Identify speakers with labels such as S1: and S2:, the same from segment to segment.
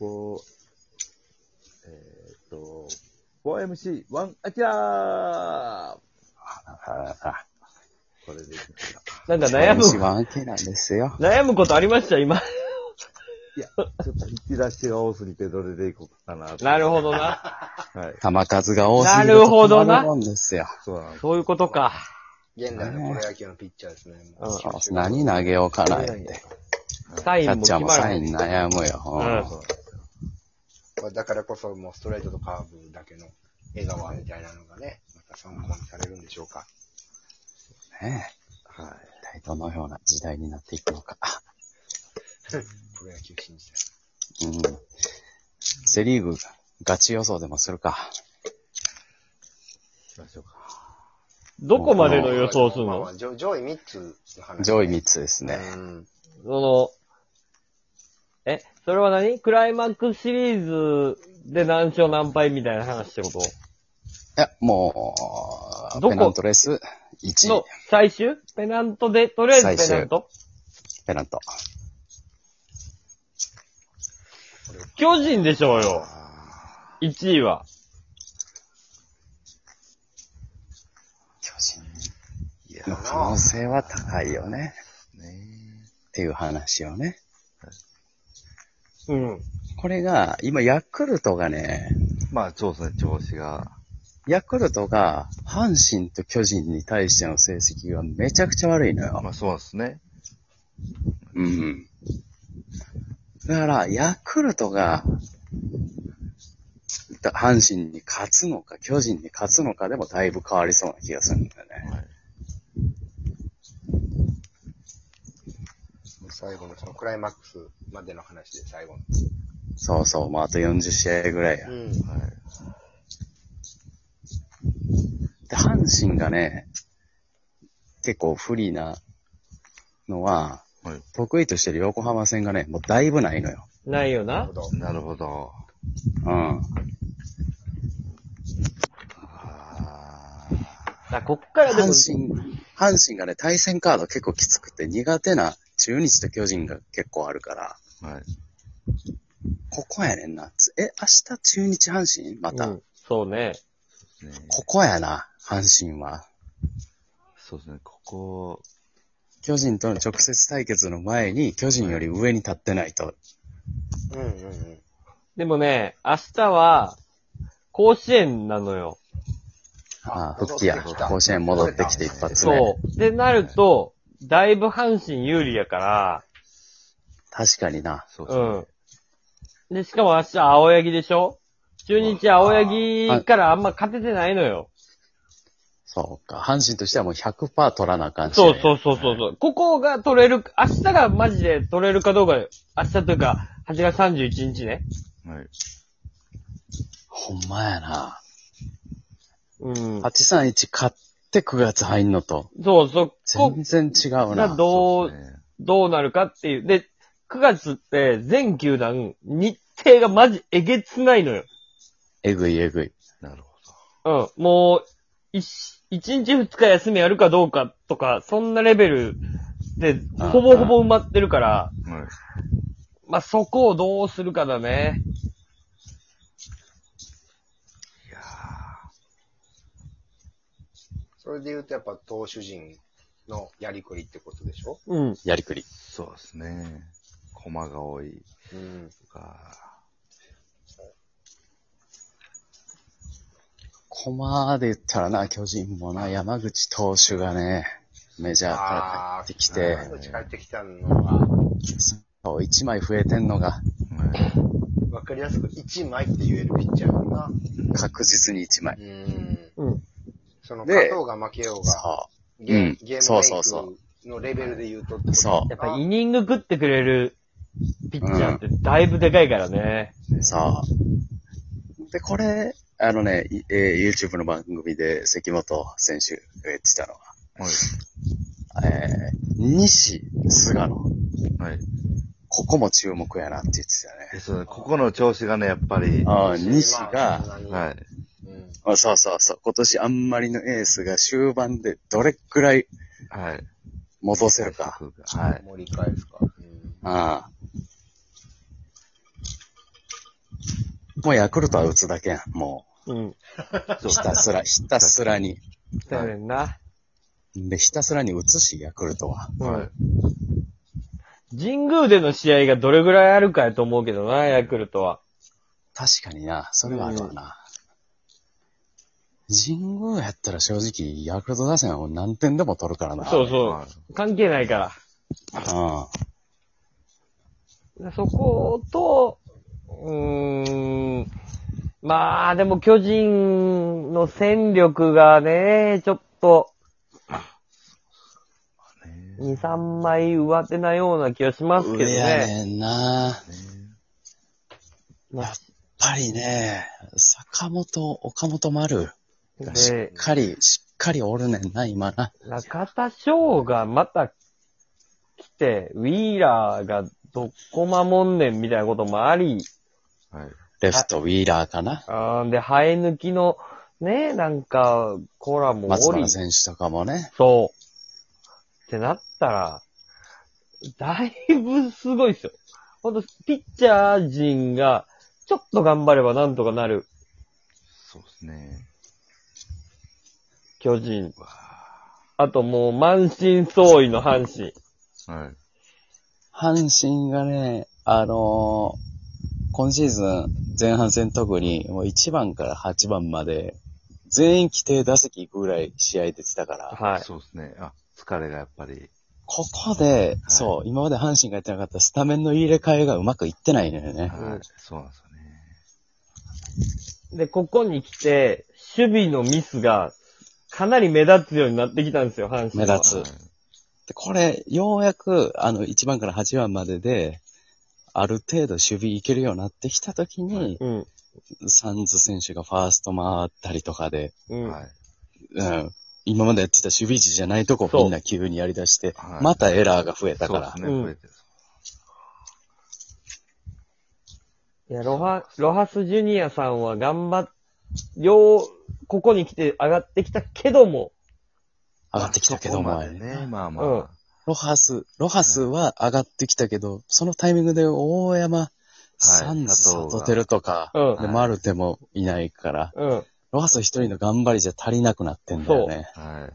S1: 4、えーっと、4MC1 アキラー
S2: あ
S1: これでいきました。
S3: なんか
S2: あ、
S3: 悩む、
S2: 一番手なんですよ。
S3: 悩むことありました、今。
S1: いや、ちょっと引き出しが多すぎてどれでいこうかなと。
S3: なるほどな。
S1: はい。
S2: 球数が多すぎ
S3: なるほど
S2: 困
S3: な
S2: るもんですよ。
S1: そうなんです。
S3: そういうことか。
S4: 現代のプロ野球のピッチャーですね。
S3: うん
S2: そうです何投げようかなって。
S3: サイ
S2: キ
S3: ン
S2: ャッ
S3: も決
S2: チャーも
S3: ま
S2: サ
S3: る。
S2: イン悩むよ。
S3: う
S2: うん
S3: ん
S4: まあだからこそ、もうストレートとカーブだけの江川みたいなのがね、また参考にされるんでしょうか。
S2: ねえ
S1: はい。
S2: 一体どのような時代になっていくのか。
S4: プロ野球新時
S2: うん。セリーグ、ガチ予想でもするか。
S1: しましょうか。
S3: どこまでの
S4: 代。
S3: 予想する
S4: まあま
S3: の
S4: あ上上位3つの話。
S2: 上位3つですね。
S4: うん。
S3: その、え、それは何クライマックスシリーズで何勝何敗みたいな話ってこと
S2: いや、も
S3: どこ
S2: う、ペナントレース1
S3: の最終ペナントで、とりあえ
S2: 最
S3: ず
S2: 終
S3: ペナント
S2: ペナント。
S3: 巨人でしょうよ。1位は。
S2: 巨人の可能性は高いよね。っていう話をね。
S3: うん。
S2: これが、今、ヤクルトがね、
S1: まあ、そうですね、調子が。
S2: ヤクルトが、阪神と巨人に対しての成績がめちゃくちゃ悪いのよ。
S1: まあ、そうですね。
S2: うん。だから、ヤクルトが、だ阪神に勝つのか、巨人に勝つのかでもだいぶ変わりそうな気がするんだよね。
S1: はい。
S4: 最後のそのクライマックスまでの話で最後の。
S2: そうそう、もうあと40試合ぐらいや。
S4: う
S1: は
S4: ん。
S1: い。
S2: で、阪神がね、結構不利なのは、
S1: はい
S2: 得意としてる横浜戦がね、もうだいぶないのよ。
S3: ないよな
S4: なるほ。ど。
S1: なるほど。
S2: うん。
S1: あ
S3: だこっからでも、
S2: 阪神、阪神がね、対戦カード結構きつくて苦手な中日と巨人が結構あるから、
S1: あ。はい。
S2: ここやねんな。つえ、明日中日阪神また、
S3: うん、そうね。
S1: ね、
S2: ここやな、阪神は。
S1: そうですね、ここ、
S2: 巨人との直接対決の前に、巨人より上に立ってないと。
S4: うんうんうん。
S3: でもね、明日は、甲子園なのよ。
S2: ああ、復帰や。甲子園戻ってきて一発目。
S3: そう。ってなると、だいぶ阪神有利やか
S2: 確かにな。
S1: そうですね。
S3: ら、うん。で、しかも明日青柳でしょ中日青柳からあんま勝ててないのよ。
S2: そうか。阪神としてはもう100%取らなあかんし、
S3: そうそうそうそうそう。ここが取れる、明日がマジで取れるかどうかよ、明日というか、8月31日ね。
S1: はい。
S2: ほんまやな。
S3: うん。
S2: 831勝って9月入んのと、
S3: そうそう。ここ
S2: 全然違う
S3: が
S2: な。
S1: そう
S3: どう、
S1: ですね
S3: どうなるかっていう。で、9月って全球団、日程がマジえげつないのよ。
S2: えぐいえぐい。
S1: なるほ
S3: うん。もう、一、一日二日休みやるかどうかとか、そんなレベルで、
S2: あ
S3: ほぼほぼ埋まってるから、
S1: ど。はい。
S3: まあ、そこをどうするかだね。
S1: いや
S4: それで言うとやっぱ投手陣のやりくりってことでしょ
S3: うん。
S2: やりくり。
S1: ーそうですね。駒が多い
S4: うん。
S1: とか、
S2: 駒で言ったらな、巨人もな、山口投手がね、メジャーから帰ってきて
S1: あ、ー
S4: うち帰ってきたのは、
S2: そう、1枚増えてんのが、
S1: はい。
S4: わかりやすく1枚って言えるピッチャーかな。
S2: 確実に1枚。
S4: うん。
S3: うん。
S4: その、
S2: で
S4: 勝とうが負けようが、
S2: そ
S4: ゲー
S2: うん
S4: ゲームメイク
S2: そうそうそ
S4: のレベルで言うと
S2: う。そ
S3: やっぱイニング食ってくれるピッチャーってだいぶでかいからね。
S2: う。そう。で、これ、あのね、いえー YouTube の番組で関本選手が言ってたのは、
S1: はい。
S2: えー、西、菅
S1: は
S2: 野。
S1: い。
S2: ここも注目やなって言ってたね。
S1: でそうここの調子がね、やっぱり、は
S2: ああ、西が、
S4: はい
S1: い。
S4: まあ。
S1: はい。
S4: そんなにうん
S2: あそうそうそう、今年あんまりのエースが終盤でどれくらい戻せるか。
S1: はい。
S4: 盛り返すか。うん
S2: ああ。もうヤクルトは打つだけやん。も
S3: うん。
S2: う、ひたすら、ひたすらに。
S3: だよねんな。
S2: で、ひたすらに打つし、ヤクルトは。
S3: うん。神宮での試合がどれぐらいあるかやと思うけどな、ヤクルトは。
S2: 確かにな、それはあるわな。神宮やったら正直、ヤクルト打線はもう何点でも取るからな。
S3: そう
S2: う。
S1: は
S3: そう。関係ないから。
S2: う
S3: そこと、うーん、まあ、でも巨人の戦力がね、ちょっと、2、3枚上手なような気がします
S2: ん。
S3: けど
S2: 上や
S3: ね。
S2: ねんな。
S3: まあ
S2: やっぱりね、坂本、岡本丸がしっ
S3: で、
S2: かり、しっかりおるねんな、今な。
S3: 中田翔がまた来て、ウィーラーがどこ守んねんみたいなこともあり、
S1: はい。
S2: レフト、ウィーラーかな。
S3: あーで、生え抜きの、ね、なんか、コラも
S2: 松
S3: おり
S2: 原、選手とかもね。
S3: そう。ってなったら、だいぶすごいですよ。ほんと、ピッチャー陣が、ちょっと頑張ればなんとかなる
S1: そうですね。
S3: 巨人。あともう満身創痍の阪神。
S1: はい。
S2: 阪神がね、あのー今シーズン前半戦特に、もう1番から8番まで、全員規定打席行くぐらい試合出てたから、
S3: はい。
S1: そうですね。あ、疲れがやっぱり。
S2: ここで、そう、今まで阪神がやってなかったスタメンの入れ替えがうまくいってないのよね。
S1: はい。そうなんですよね。
S3: で、ここに来て、守備のミスが、かなり目立つようになってきたんですよ、阪神
S2: 目
S3: は。
S2: 立つで、これ、ようやく、あの、1番から8番までで、ある程度守備いけるようになってきたときに、
S3: うん。
S2: サンズ選手がファースト回ったりとかで、
S3: うん。
S1: はい。
S2: うん、今までやってた守備位置じゃないとこ
S3: そう
S2: みんな急にやり出して、
S1: はい
S2: またエラーが増えた
S1: そ
S2: か
S1: うです。ね、
S2: ら
S3: うん
S1: 増えてる。
S3: いや、ロハ、ロハスジュニアさんは頑張っ、よう、ここに来て上がってきたけども、
S2: 上がってきたけど
S1: ま
S2: も
S1: あ、そこまでね、まあま
S3: うん
S1: あ。
S2: ロハス、ロハスは上がってきたけど、そのタイミングで大山、サンズ、
S1: 佐藤が
S2: サトテルとか、
S3: うん
S2: でマルテもいないから、
S3: うん。
S2: ロハス一人の頑張りじゃ足りなくなってんだよね。
S1: は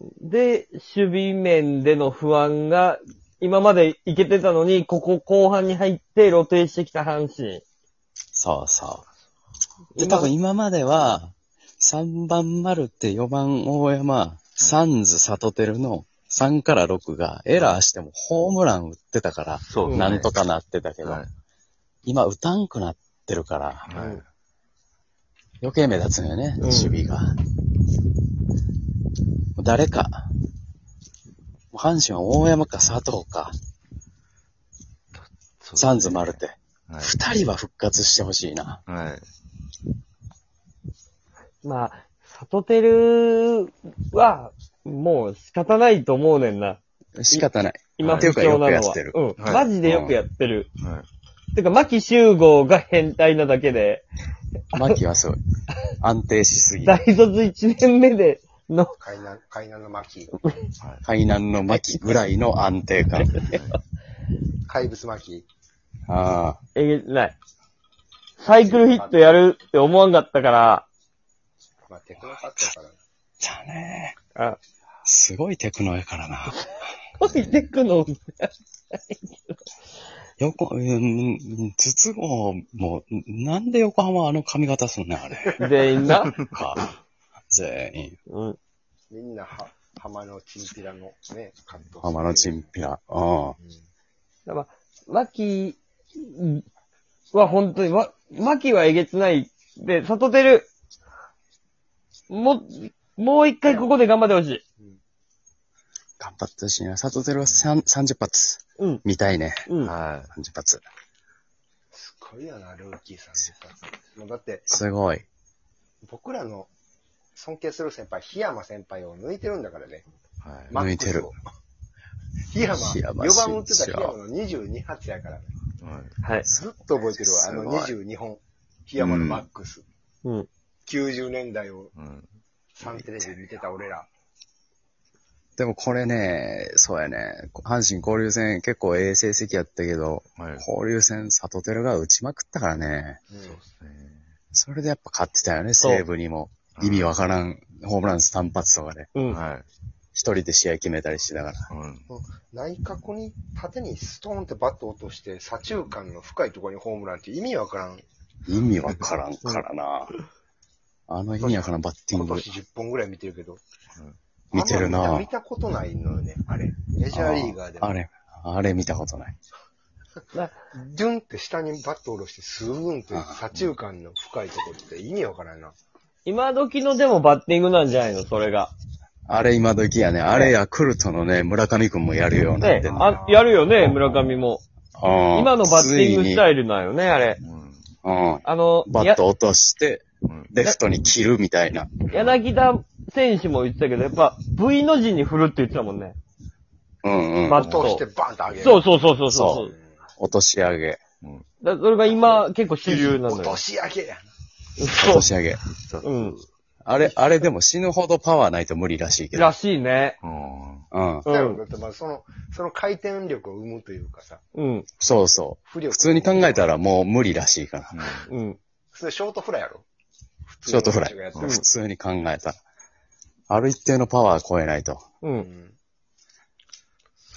S1: い。
S3: で、守備面での不安が、今までいけてたのに、ここ後半に入って露呈してきた阪神。
S2: そうそう。で、
S3: 今
S2: 多分今までは、3番丸って4番大山、サンズ、サトテルの3から6がエラーしてもホームラン打ってたから、
S1: そうですね。
S2: なんとかなってたけど、
S1: はい。
S2: 今打たんくなってるから、
S1: はい。
S2: 余計目立つのよね、
S3: ん
S2: 守備が。もう誰か。もう阪神は大山か佐藤か、
S1: そうですね
S2: サンズ、マルテ。
S1: はい。
S2: 二人は復活してほしいな。
S1: はい。
S3: まあ、サトテルは、もう仕方ないと思うねんな。
S2: 仕方ない。
S3: 今
S2: ってい
S3: 不
S2: うか
S3: 調な
S2: よくや
S3: のは
S2: ってる。
S3: うん。
S1: はい
S3: マジでよくやってる。
S1: はい。
S3: てか、牧集合が変態なだけで、
S2: マキ はすごい。安定しすぎ
S3: 大卒1年目での、
S4: 海南、海南の巻。
S2: 海南の巻ぐらいの安 定感。
S4: 怪物巻。
S2: ああ。
S3: えげつない。サイクルヒットやるって思わんかったから、
S4: まあ、テクノカットやか
S2: だ
S4: ら。
S2: ね。
S3: あ、
S2: すごいテクノやからな。
S3: こいてくの、
S2: 横、うん、筒子も、なんで横浜はあの髪型すんねんあれ。
S3: 全員 な。
S2: か。全員。
S3: うん。
S4: みんな、は、浜のチンピラのね、カット。
S2: 浜のチンピラ。うん。
S3: だから、マキは本当に、わマキはえげつない。で、サトテル、も、もう一回ここで頑張ってほしい。
S2: 頑張ってほしいな。佐藤輝は三30発。
S3: うん。
S2: 見たいね。
S3: うん。
S1: は
S2: 30発。
S4: すごいよな、ルーキーさんとか。もうだって、
S2: すごい。
S4: 僕らの尊敬する先輩、檜山先輩を抜いてるんだからね。
S1: い。はい。
S4: マックスを
S2: 抜いてる。
S4: 檜山、
S2: 檜山
S4: 4番打ってた
S2: 慎一
S4: 檜
S2: 郎
S4: 山の22発やからね。
S1: はい。
S3: はい。
S4: ずっと覚えてるわ、あの
S2: す
S4: 22本。檜山のマックス。
S3: うん。
S4: 90年代を
S1: うん。
S4: サンテレビ見てた俺ら。
S2: でもこれね、そうやね。阪神交流戦結構ええ成績やったけど、
S1: はい。
S2: 交流戦里寺が打ちまくったからね。
S4: う
S1: そうで
S4: ん
S1: すね。
S2: それでやっぱ勝ってたよね、
S3: そう
S2: 西武にも。意味わからん、ホームラン3発とかで。
S3: うん。
S1: はい。
S2: 一人で試合決めたりしてたから。
S1: うん。
S4: 内角に縦にストーンってバット落として、左中間の深いところにホームランって意味わからん。
S2: 意味わからんから な。あの意味わからんバッティン
S4: 今
S2: グ
S4: 年10本ぐらい見てるけど。
S2: 見てる
S4: あんま
S2: な
S4: 見た見たことないのよね、あれ。メジャーリーガーで
S2: あ
S4: も。
S2: れ、あれ見たことない。
S4: ドゥンって下にバット下ろして、スーンって
S2: ああ
S4: 左中間の深いところって意味わからんな。
S3: 今時のでもバッティングなんじゃないのそれが。
S2: あれ今時やね。あれヤクルトのね、村上くんもやるようになっ
S3: ね
S2: てんの
S3: あ、やるよね、村上も。今
S2: 今
S3: のバッティングスタイルなんよね、あれ。
S1: うん。
S2: うん。
S3: あの、
S2: バッ
S3: や
S2: ト落として、
S1: うん。
S2: レフトに切るみたいな。
S3: 柳田選手も言ってたけど、やっぱ V の字に振るって言ってたもんね。
S2: うんうん。
S3: バ
S4: バ
S3: ッ
S4: ッ
S3: ト
S4: トしてバンと上げる。
S3: そうそうそうそうそ
S2: そう落とし上げ。
S1: うん。
S3: う。だそれが今結構主流なの
S4: 落
S3: よ
S4: と。し上げや
S2: 落
S3: そ
S2: と
S3: う。。
S2: し上げ。
S1: そううん
S2: あれ、あれでも死ぬほどパワーないと無理らしいけど
S3: ら。しいね。
S1: うん。
S2: うん。
S3: う
S4: な。だよ、だ
S3: ん。
S4: ってまあその、その回転力を生むというかさ、
S3: うん。
S2: そうそう。
S4: 不力。
S2: 普通に考えた
S4: ら。
S2: らもう無理らしいから。
S3: うん。
S4: それショートフライやろ
S2: ショートフライ
S4: 普通の
S1: うん
S2: 普
S4: 選
S2: 通に考えたら。ある一定のパワー超えないと。
S3: う
S4: 手がやってる
S3: ん。
S4: うん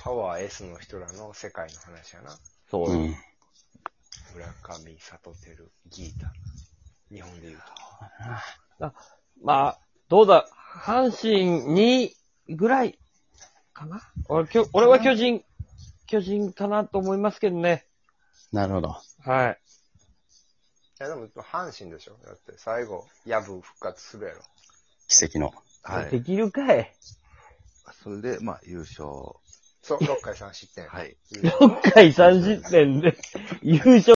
S4: パワー S の人らの世界の話やな。
S3: そうう。
S2: ん。
S4: 村上、里照、ギータ。日本で言うと。
S3: まあ、どうだ、阪神2位ぐらいかな俺、きょ俺は巨人、巨人かなと思いますけどね。
S2: なるほど。
S3: はい。
S4: いやでも、阪神でしょだって最後、ヤブ復活するやろ。
S2: 奇跡の。
S1: はい
S3: で。きるかい。
S1: それで、まあ、優勝。
S4: そう、6回3失点。
S1: はい。
S4: 優勝
S3: 6回3失点で優勝